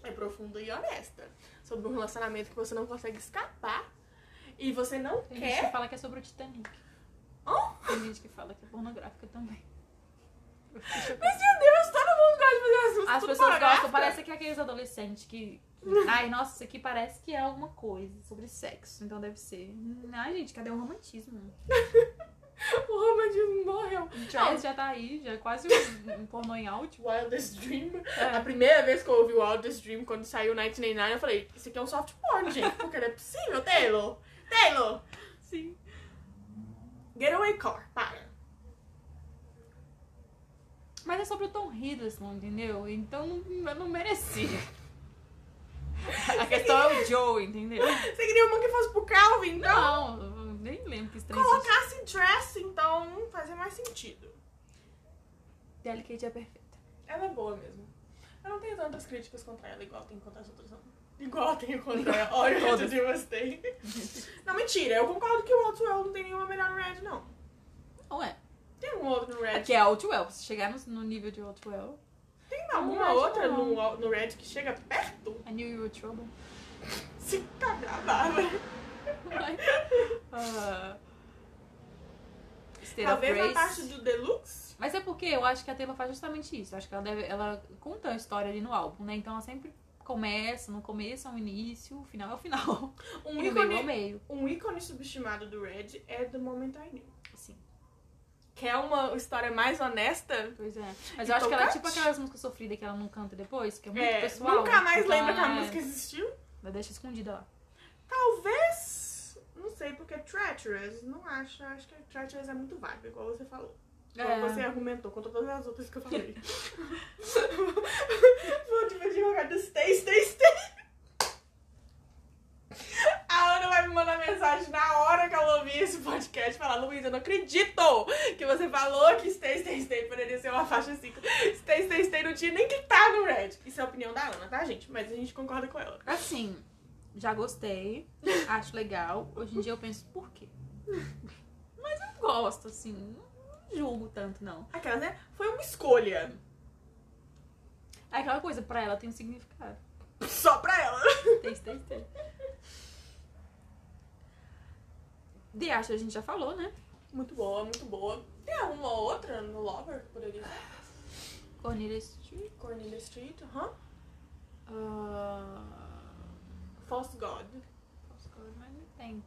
É profunda e honesta. Sobre um relacionamento que você não consegue escapar e você não
Tem gente
quer...
que fala que é sobre o Titanic.
Hã?
Tem gente que fala que é pornográfica também.
Mas, meu Deus, todo mundo gosta de fazer as músicas tudo
As pessoas
pornográficas.
gostam, parece que é aqueles adolescentes que. Ai, nossa, isso aqui parece que é alguma coisa sobre sexo, então deve ser. Ai, gente, cadê o romantismo?
O romantismo morreu.
O Charles já tá aí, já é quase um, um pornô em áudio.
Wildest Dream. A
É.
primeira vez que eu ouvi Wildest Dream, quando saiu 1989, eu falei, isso aqui é um soft porn, gente. Porque não é possível, Taylor. Taylor,
Sim.
Getaway Car, para.
Mas é sobre o Tom Hiddleston, entendeu? Então não- eu não merecia. A questão é o Joe, entendeu?
Você queria uma que fosse pro Calvin, então?
Não, eu nem lembro que estranho existe.
Colocasse Dress, então, fazia mais sentido.
Delicate é perfeita.
Ela é boa mesmo. Eu não tenho tantas críticas contra ela, igual tenho contra as outras, não. Igual tenho contra ela. Olha
Todas.
quantas eu gostei. Não, mentira. Eu concordo que o Outwell não tem nenhuma melhor no Red, não.
Não é.
Tem um outro no Red.
Aqui é Outwell. Se chegar no, no nível de Outwell,
Tem
Não,
alguma
não,
outra
não.
no, no Red que chega perto?
I knew you were trouble.
Se tá cagar, Bárbara.
Ah, State of
Talvez
Grace.
a parte do Deluxe.
Mas é porque eu acho que a Taylor faz justamente isso. Eu acho que ela, deve, ela conta a história ali no álbum, né? Então ela sempre começa, no começo é o início, o final é o final.
Um
E o meio é o
ícone,
meio.
um ícone subestimado do Red é The Moment I Knew.
Sim,
Quer uma história mais honesta?
pois é. Mas
E
eu acho que ela é
tocante.
tipo aquelas músicas sofridas que ela não canta depois, que é muito
É,
pessoal.
nunca mais
Então,
lembra que a
é,
música existiu.
Ela deixa escondida lá.
Talvez. Não sei, porque é Treacherous. Não acho. Acho que Treacherous é muito vaga, igual você falou. Igual
É.
você argumentou contra todas as outras que eu falei. Vou dividir o lugar do stay, stay, stay. A Ana vai me mandar mensagem na hora que ela ouvir esse podcast e falar, Luiz, eu não acredito que você falou que Stay, Stay, Stay poderia ser uma faixa 5. Stay, Stay, Stay não tinha nem que tá no Red. Isso é a opinião da Ana, tá, gente? Mas a gente concorda com ela.
Assim, já gostei, acho legal. Hoje em dia eu penso, por quê? Mas eu gosto, assim, não julgo tanto, não.
Aquela, né? Foi uma escolha.
É aquela coisa, pra ela tem um significado.
Só pra ela.
Tem, tem, tem. The Asher a gente já falou, né?
Muito boa, muito boa. Tem alguma outra no Lover que poderia ser?
Cornelia Street.
Cornelia Street, aham.
ah,
False God.
False God. coisa, mas não tem.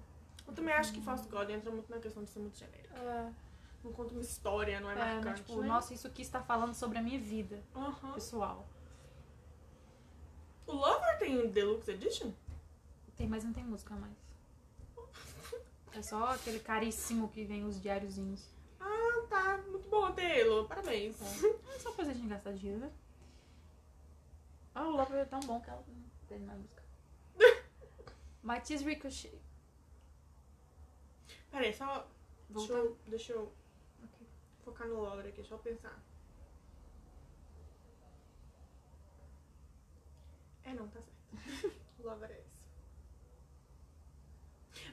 Eu também acho que Fausto God entra muito na questão de ser muito genérico.
É,
Não conta uma história, não é,
é, mas,
marcante.
tipo,
né?
nossa, isso aqui está falando sobre a minha vida
Aham.
pessoal.
O Lover tem um Deluxe Edition?
Tem, mas não tem música mais. É só aquele caríssimo que vem os diáriozinhos.
Ah, tá. Muito bom, Taylor. Parabéns.
É só coisa de gastar dinheiro, né? Ah, o Lover é tão bom que ela não tem mais música. Matisse Ricochet.
Peraí, só. Deixa
Voltando.
eu, deixa eu
Ok.
focar no Lover aqui, só pensar. É, não, tá certo. o Lover é esse.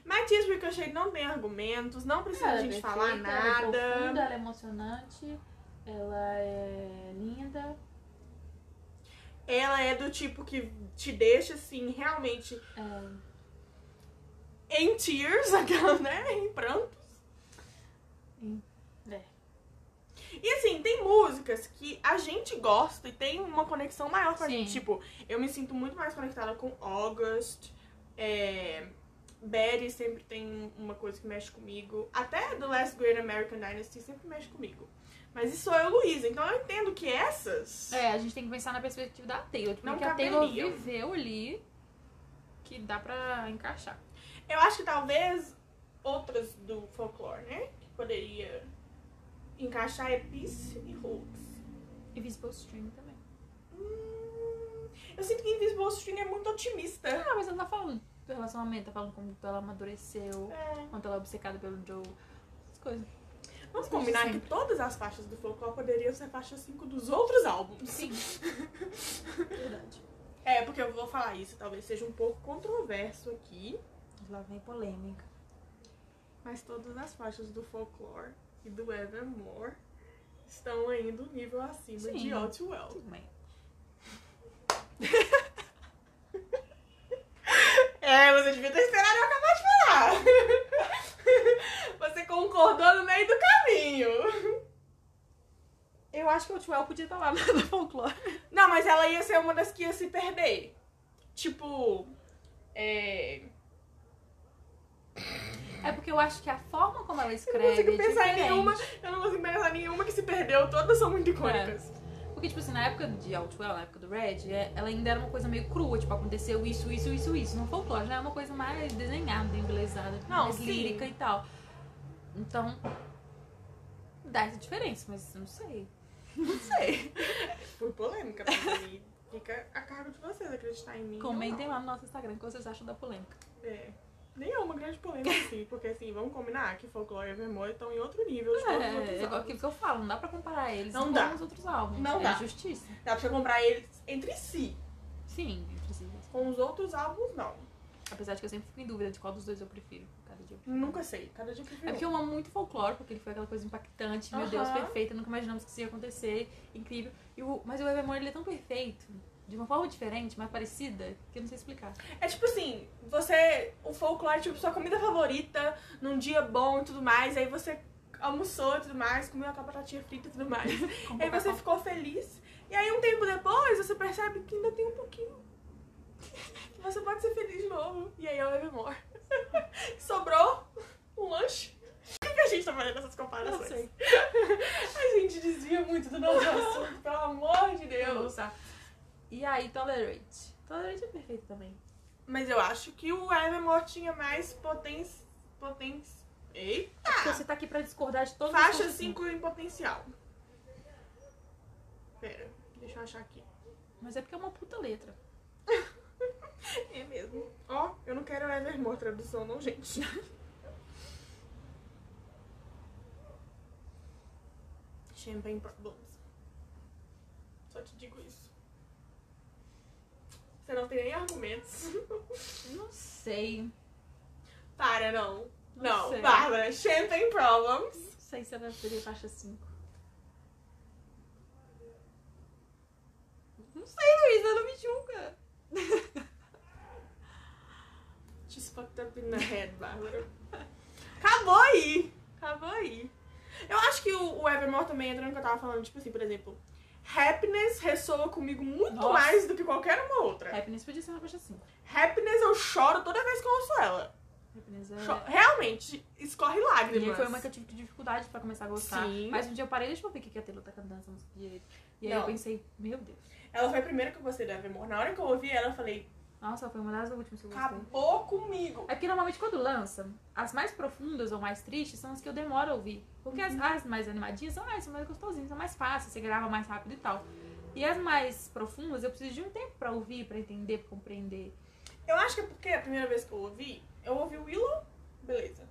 Matias Ricochet não tem argumentos, não precisa a
Ela é
gente
perfeita,
falar
Ela é
nada.
profunda, ela é emocionante, ela é linda.
Ela é do tipo que te deixa, assim, realmente
é,
em tears, aquela, né? Em prantos.
em- é.
E assim, tem músicas que a gente gosta e tem uma conexão maior com a
Sim.
gente. Tipo, eu me sinto muito mais conectada com August. É... Betty sempre tem uma coisa que mexe comigo. Até The Last Great American Dynasty sempre mexe comigo. Mas isso sou eu, Luísa. Então eu entendo que essas.
É, a gente tem que pensar na perspectiva da Taylor. Tipo,
Não
que a Taylor
caberiam.
viveu ali que dá pra encaixar.
Eu acho que talvez outras do folclore, né? Que poderia encaixar é Peace e Hooks.
Invisible String também.
Hum, eu sinto que Invisible String é muito otimista.
Ah, mas ela tá falando do relacionamento, tá falando como ela amadureceu,
É.
quanto ela é obcecada pelo Joe, essas coisas.
Vamos
Desde
combinar
sempre.
que todas as faixas do folclore poderiam ser faixa 5 dos outros álbuns.
Sim. Verdade.
É, porque eu vou falar isso, talvez seja um pouco controverso aqui,
Lá vem polêmica.
mas todas as faixas do folclore e do Evermore estão ainda um nível acima
Sim.
de Outwell.
Tudo bem.
É, você devia ter esperado eu acabar de falar. Você concordou no meio do caminho.
Eu acho que o Outwell podia estar lá no folclore.
Não, mas ela ia ser uma das que ia se perder. Tipo, é...
É porque eu acho que a forma como ela escreve.
consigo
é
pensar em
diferente.
nenhuma. Eu não consigo pensar em nenhuma que se perdeu, todas são muito icônicas.
Porque, tipo assim, na época de Outwell, na época do Red, é- ela ainda era uma coisa meio crua, tipo, aconteceu isso, isso, isso, isso. No folclore já é uma coisa mais desenhada, embelezada,
Não,
mais
sim.
lírica e tal. Então, dá essa diferença, mas não sei.
Não sei. Foi polêmica, mas aí fica a cargo de vocês acreditar em mim. ou
Comentem
não.
lá no nosso Instagram o que vocês acham da polêmica.
É. Nem é uma grande polêmica, assim, porque assim, vamos combinar que Folklore e Evermore estão em outro nível de todos os
É,
outros
é igual
álbuns.
aquilo que eu falo, não dá pra comparar eles
Não
com
dá.
os outros álbuns.
Não
é
dá.
justiça.
Dá pra você comprar eles entre si.
Sim, eu preciso.
Com os outros álbuns, não.
Apesar de que eu sempre fico em dúvida de qual dos dois eu prefiro. Cada dia eu prefiro.
Nunca sei. Cada dia eu prefiro.
É porque eu amo muito folclore, porque ele foi aquela coisa impactante, meu
Aham.
Deus, perfeita, nunca imaginamos que isso ia acontecer, incrível. E o- mas o Evermore ele é tão perfeito, de uma forma diferente, mas parecida, que eu não sei explicar.
É tipo assim, você. O folclore é tipo sua comida favorita, num dia bom e tudo mais, aí você almoçou e tudo mais, comeu aquela batatinha frita e tudo mais.
Como
E aí
qualquer
você
forma.
ficou feliz. E aí um tempo depois você percebe que ainda tem um pouquinho. Que Você pode ser feliz de novo. E aí é o Evermore. Sobrou um lanche. Por que, que a gente tá fazendo essas comparações?
Não sei.
A gente desvia muito do nosso assunto, pelo amor de
Eu vou
Deus.
usar. E aí, Tolerate. Tolerate é perfeito também.
Mas eu acho que o Evermore tinha mais potência. potência. Ei?
Porque Você tá aqui pra discordar de todas as
Faixa
coisas.
5 em potencial. Pera, deixa eu achar aqui.
Mas é porque é uma puta letra.
É mesmo. Ó, eu não quero Evermore tradução, não, gente. Champagne Problems. Só te digo isso. Você não tem nem argumentos.
Uhum. Não sei.
Para, não.
Não
Não,
sei.
Bárbara, Champagne Problems.
Não sei se ela seria faixa 5. Não sei, Luísa, é não me julga. um,
Just fucked up in the head, Bárbara. Acabou aí. Acabou aí. Eu acho que o, o Evermore também entra no que eu tava falando, tipo assim, por exemplo, Happiness ressoa comigo muito
Nossa. É.
mais do que qualquer uma outra.
Happiness podia ser uma faixa 5.
Happiness eu choro toda vez que eu ouço ela.
Happiness é-
Cho- Realmente, escorre
E aí
lágrimas.
foi uma que eu tive dificuldade pra começar a gostar.
Sim.
Mas um dia eu parei, deixa eu ver o que que a Taylor tá cantando essa música direito. E aí
Não.
eu pensei, meu Deus.
Ela foi a primeira que eu gostei da Evermore. Na hora que eu ouvi ela, eu falei,
Nossa, foi uma das últimas que eu gostei.
acabou comigo.
É porque normalmente quando lança, as mais profundas ou mais tristes são as que eu demoro a ouvir. Porque
Uhum.
as, as mais animadinhas são, ah, são mais gostosinhas, são mais fáceis, você grava mais rápido e tal. E as mais profundas eu preciso de um tempo pra ouvir, pra entender, pra compreender.
Eu acho que é porque a primeira vez que eu ouvi, eu ouvi Willow, beleza.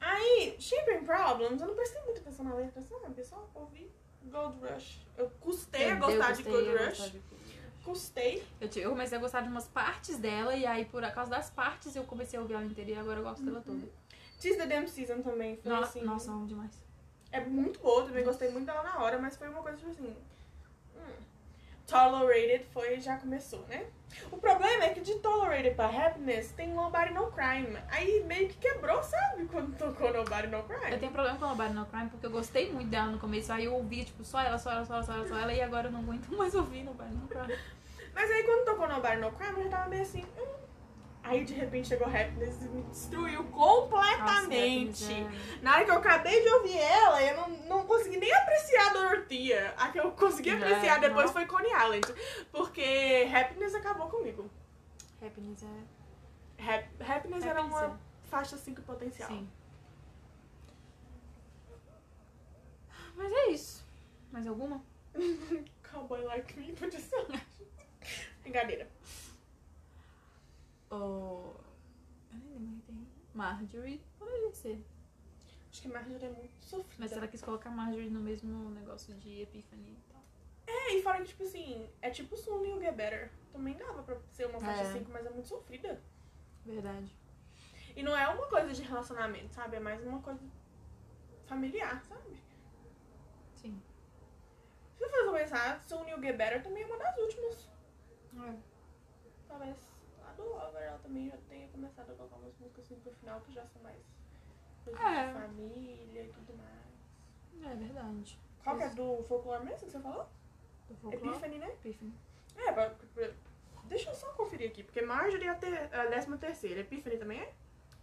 Aí, Shaping Problems, eu não prestei muita atenção na letra, sabe? Eu só ouvi Gold Rush. Eu custei a
Eu
gostar de
gostei,
Gold
eu
Rush.
gostava de Gold Rush.
Custei.
Eu, te- eu comecei a gostar de umas partes dela, e aí por causa das partes eu comecei a ouvir ela inteira e agora eu gosto
Uhum.
dela toda.
Tease the Damn Season também foi
Nossa,
assim.
nossa, eu amo demais.
É muito boa, também gostei muito dela na hora, mas foi uma coisa tipo assim. hum. Tolerated foi já começou, né? O problema é que de Tolerated pra Happiness tem Nobody No Crime. Aí meio que quebrou, sabe? Quando tocou Nobody No Crime.
Eu tenho problema com Nobody No Crime porque eu gostei muito dela no começo, aí eu ouvi, tipo, só ela, só ela, só ela, só ela, só ela, e agora eu não aguento mais ouvir Nobody No Crime.
Mas aí quando tocou Nobody No Crime, eu já tava meio assim. hum. Aí de repente chegou Happiness e me destruiu completamente.
Nossa, é-
Na hora que eu acabei de ouvir ela, eu não, não consegui nem apreciar a Dorothea. A que eu consegui
É,
apreciar depois
não.
foi Coney Island. Porque Happiness acabou comigo.
Happiness é...
Hap- happiness era
Happiness é.
uma faixa 5 potencial.
Sim. Mas é isso. Mais alguma?
Cowboy Like Me podia ser. uma- Brincadeira.
Oh... Eu nem lembro o que tem. Marjorie. Poderia ser.
Acho que Marjorie é muito sofrida.
Mas ela quis colocar Marjorie no mesmo negócio de Epifany e tal.
É, e fora que, tipo assim, é tipo Sun e o Get Better. Também dava pra ser uma faixa
É.
5, mas é muito sofrida.
Verdade.
E não é uma coisa de relacionamento, sabe? É mais uma coisa familiar, sabe?
Sim.
Se eu for pensar, Sun e o Get Better também é uma das últimas.
É.
Talvez a do Lover ela também já tenha começado a colocar umas músicas assim pro final que já são mais coisas
É.
de família e tudo mais.
É verdade.
Qual que é do folclore mesmo que você falou?
Do folclore.
Epiphany, né?
Epiphany.
É, pra- pra- deixa eu só conferir aqui, porque Marjorie é a, ter, a décima terceira. Epiphany também é?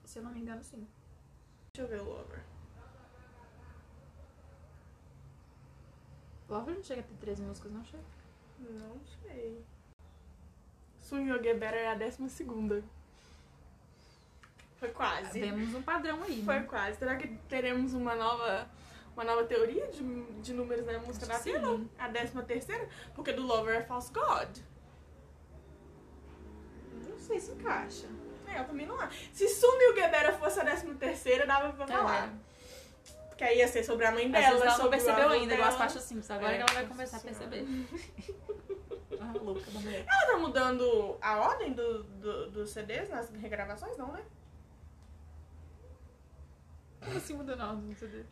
Se eu não me engano, sim.
Deixa eu ver o Lover.
Lover não chega a ter três músicas, não chega?
Não sei. Soon You'll Get Better é a décima segunda. Foi quase.
Vemos um padrão aí,
Foi
né?
quase. Será que teremos uma nova, uma nova teoria de, de números na música da
Acho que
Taylor?
sim.
A décima terceira? Porque do Lover é False God.
Não sei se encaixa.
É, eu também não acho. Se Soon You'll Get Better fosse a décima terceira, dava pra falar. Porque aí ia ser sobre a mãe
É. Às
dela,
vezes ela não
sobre o
percebeu
avô
ainda, igual as
dela.
faixas simples. Agora
É,
que ela vai
nossa
começar a
senhora.
perceber. ah, louca da mulher.
Ela tá mudando a ordem do, do- dos CDs nas regravações, não, né?
Como assim mudou não, não sei.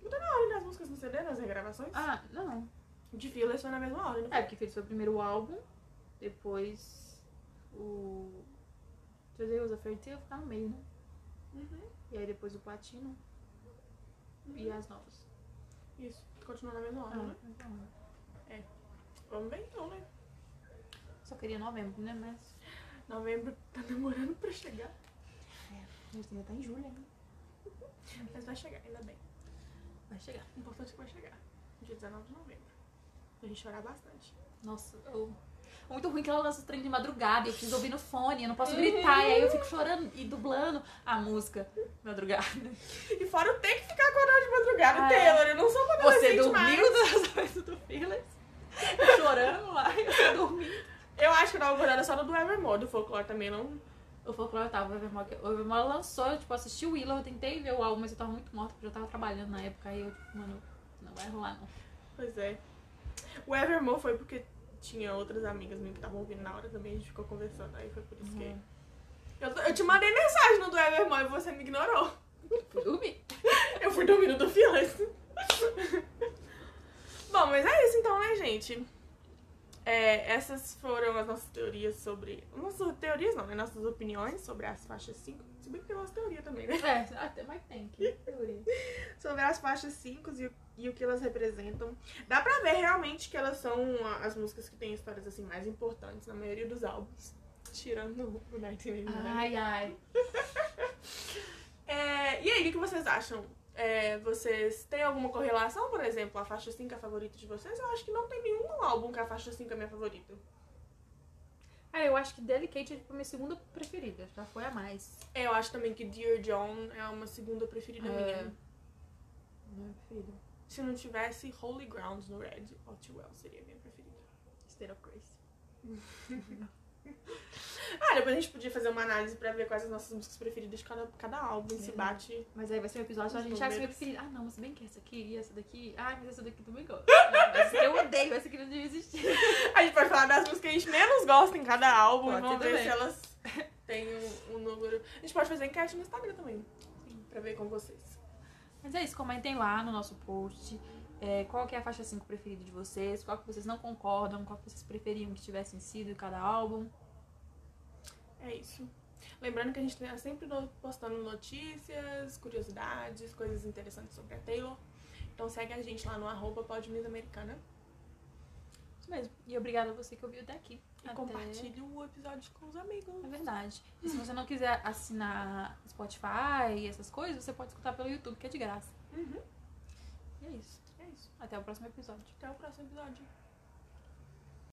Mudando a ordem das músicas no CD, nas regravações?
Ah, não.
De Fearless foi na mesma ordem, não foi?
É, porque fez foi primeiro o álbum, depois o... Today was a Fairy Tale tá no meio, né?
Uhum.
E aí depois o Platino e as novas.
Isso, continua na mesma
Ah,
ordem, né?
então,
Vamos ver então, né?
Só queria novembro, né? Mas
Novembro tá demorando pra chegar,
a gente ainda tá em julho, né?
mas vai chegar, ainda bem.
Vai chegar.
O importante é que vai chegar. Dia 19 de novembro. Pra gente chorar bastante.
Nossa, eu... é muito ruim que ela lança o trem de madrugada e eu preciso ouvir no fone, eu não posso gritar, e aí eu fico chorando e dublando a música madrugada.
E fora eu ter que ficar acordada de madrugada,
Ah, é.
Taylor. Eu não sou uma
Você
adolescente mais.
dormiu das vezes do Fearless? Eu Chorando lá, eu dormi.
Eu acho que eu tava acordada só no do Evermore, do Folklore também, não.
O Folklore eu tava, o Evermore, o Evermore lançou, eu tipo, assisti o Willow, eu tentei ver o álbum, mas eu tava muito morta, porque eu tava trabalhando na época, aí eu, tipo, mano, não vai rolar não.
Pois é. O Evermore foi porque tinha outras amigas minhas que estavam ouvindo na hora também, a gente ficou conversando, aí foi por isso
Uhum.
que. Eu, eu te mandei mensagem no do Evermore e você me ignorou.
Fui dormir.
Eu fui dormir no do Fearless. Bom, mas é isso então, né, gente? É, essas foram as nossas teorias sobre. Nossas teorias não, né? Nossas opiniões sobre as faixas 5. Se bem que tem umas teorias também, né?
É, até mais tem que teoria.
sobre as faixas 5 e, o- e o que elas representam. Dá pra ver realmente que elas são a- as músicas que têm histórias assim mais
Ah.
importantes na maioria dos álbuns. Tirando o 1989.
Ai, ai.
né? É, e aí, o que que vocês acham? É, vocês têm alguma correlação, por exemplo, a faixa 5 é a favorita de vocês? Eu acho que não tem nenhum álbum que a faixa 5 é minha favorita.
Cara, eu acho que Delicate é tipo, a minha segunda preferida. Já foi a mais.
É, Eu acho também que Dear John é uma segunda preferida
É.
minha.
Minha preferida.
Se não tivesse Holy Grounds no Red, Hot Well seria minha preferida.
State of Grace.
Ah, depois a gente podia fazer uma análise pra ver quais as nossas músicas preferidas de cada, cada álbum, se
Verdade.
bate.
Mas aí vai ser um episódio só a
Os
gente acha que minha
números.
preferida. Ah, não, mas se bem que essa aqui e essa daqui. Ah, mas essa daqui também gosto. Não, essa aqui eu odeio, essa aqui não devia existir.
A gente pode falar das músicas que a gente menos gosta em cada álbum
Pode
e vamos
ser
ver
também.
se elas têm um, um número. A gente pode fazer enquete no Instagram também. Pra ver com vocês.
Mas é isso, comentem lá no nosso post. é, qual que é a faixa 5 preferida de vocês? Qual que vocês não concordam? Qual que vocês preferiam que tivessem sido em cada álbum?
É isso. Lembrando que a gente tá sempre no- postando notícias, curiosidades, coisas interessantes sobre a Taylor. Então segue a gente lá no arroba podmissamericana
Isso mesmo. E obrigada a você que ouviu até aqui.
e compartilhe o episódio com os amigos.
É verdade. E se você não quiser assinar Spotify e essas coisas, você pode escutar pelo YouTube, que é de graça.
Uhum.
E é isso.
É isso.
Até o próximo episódio.
Até o próximo episódio.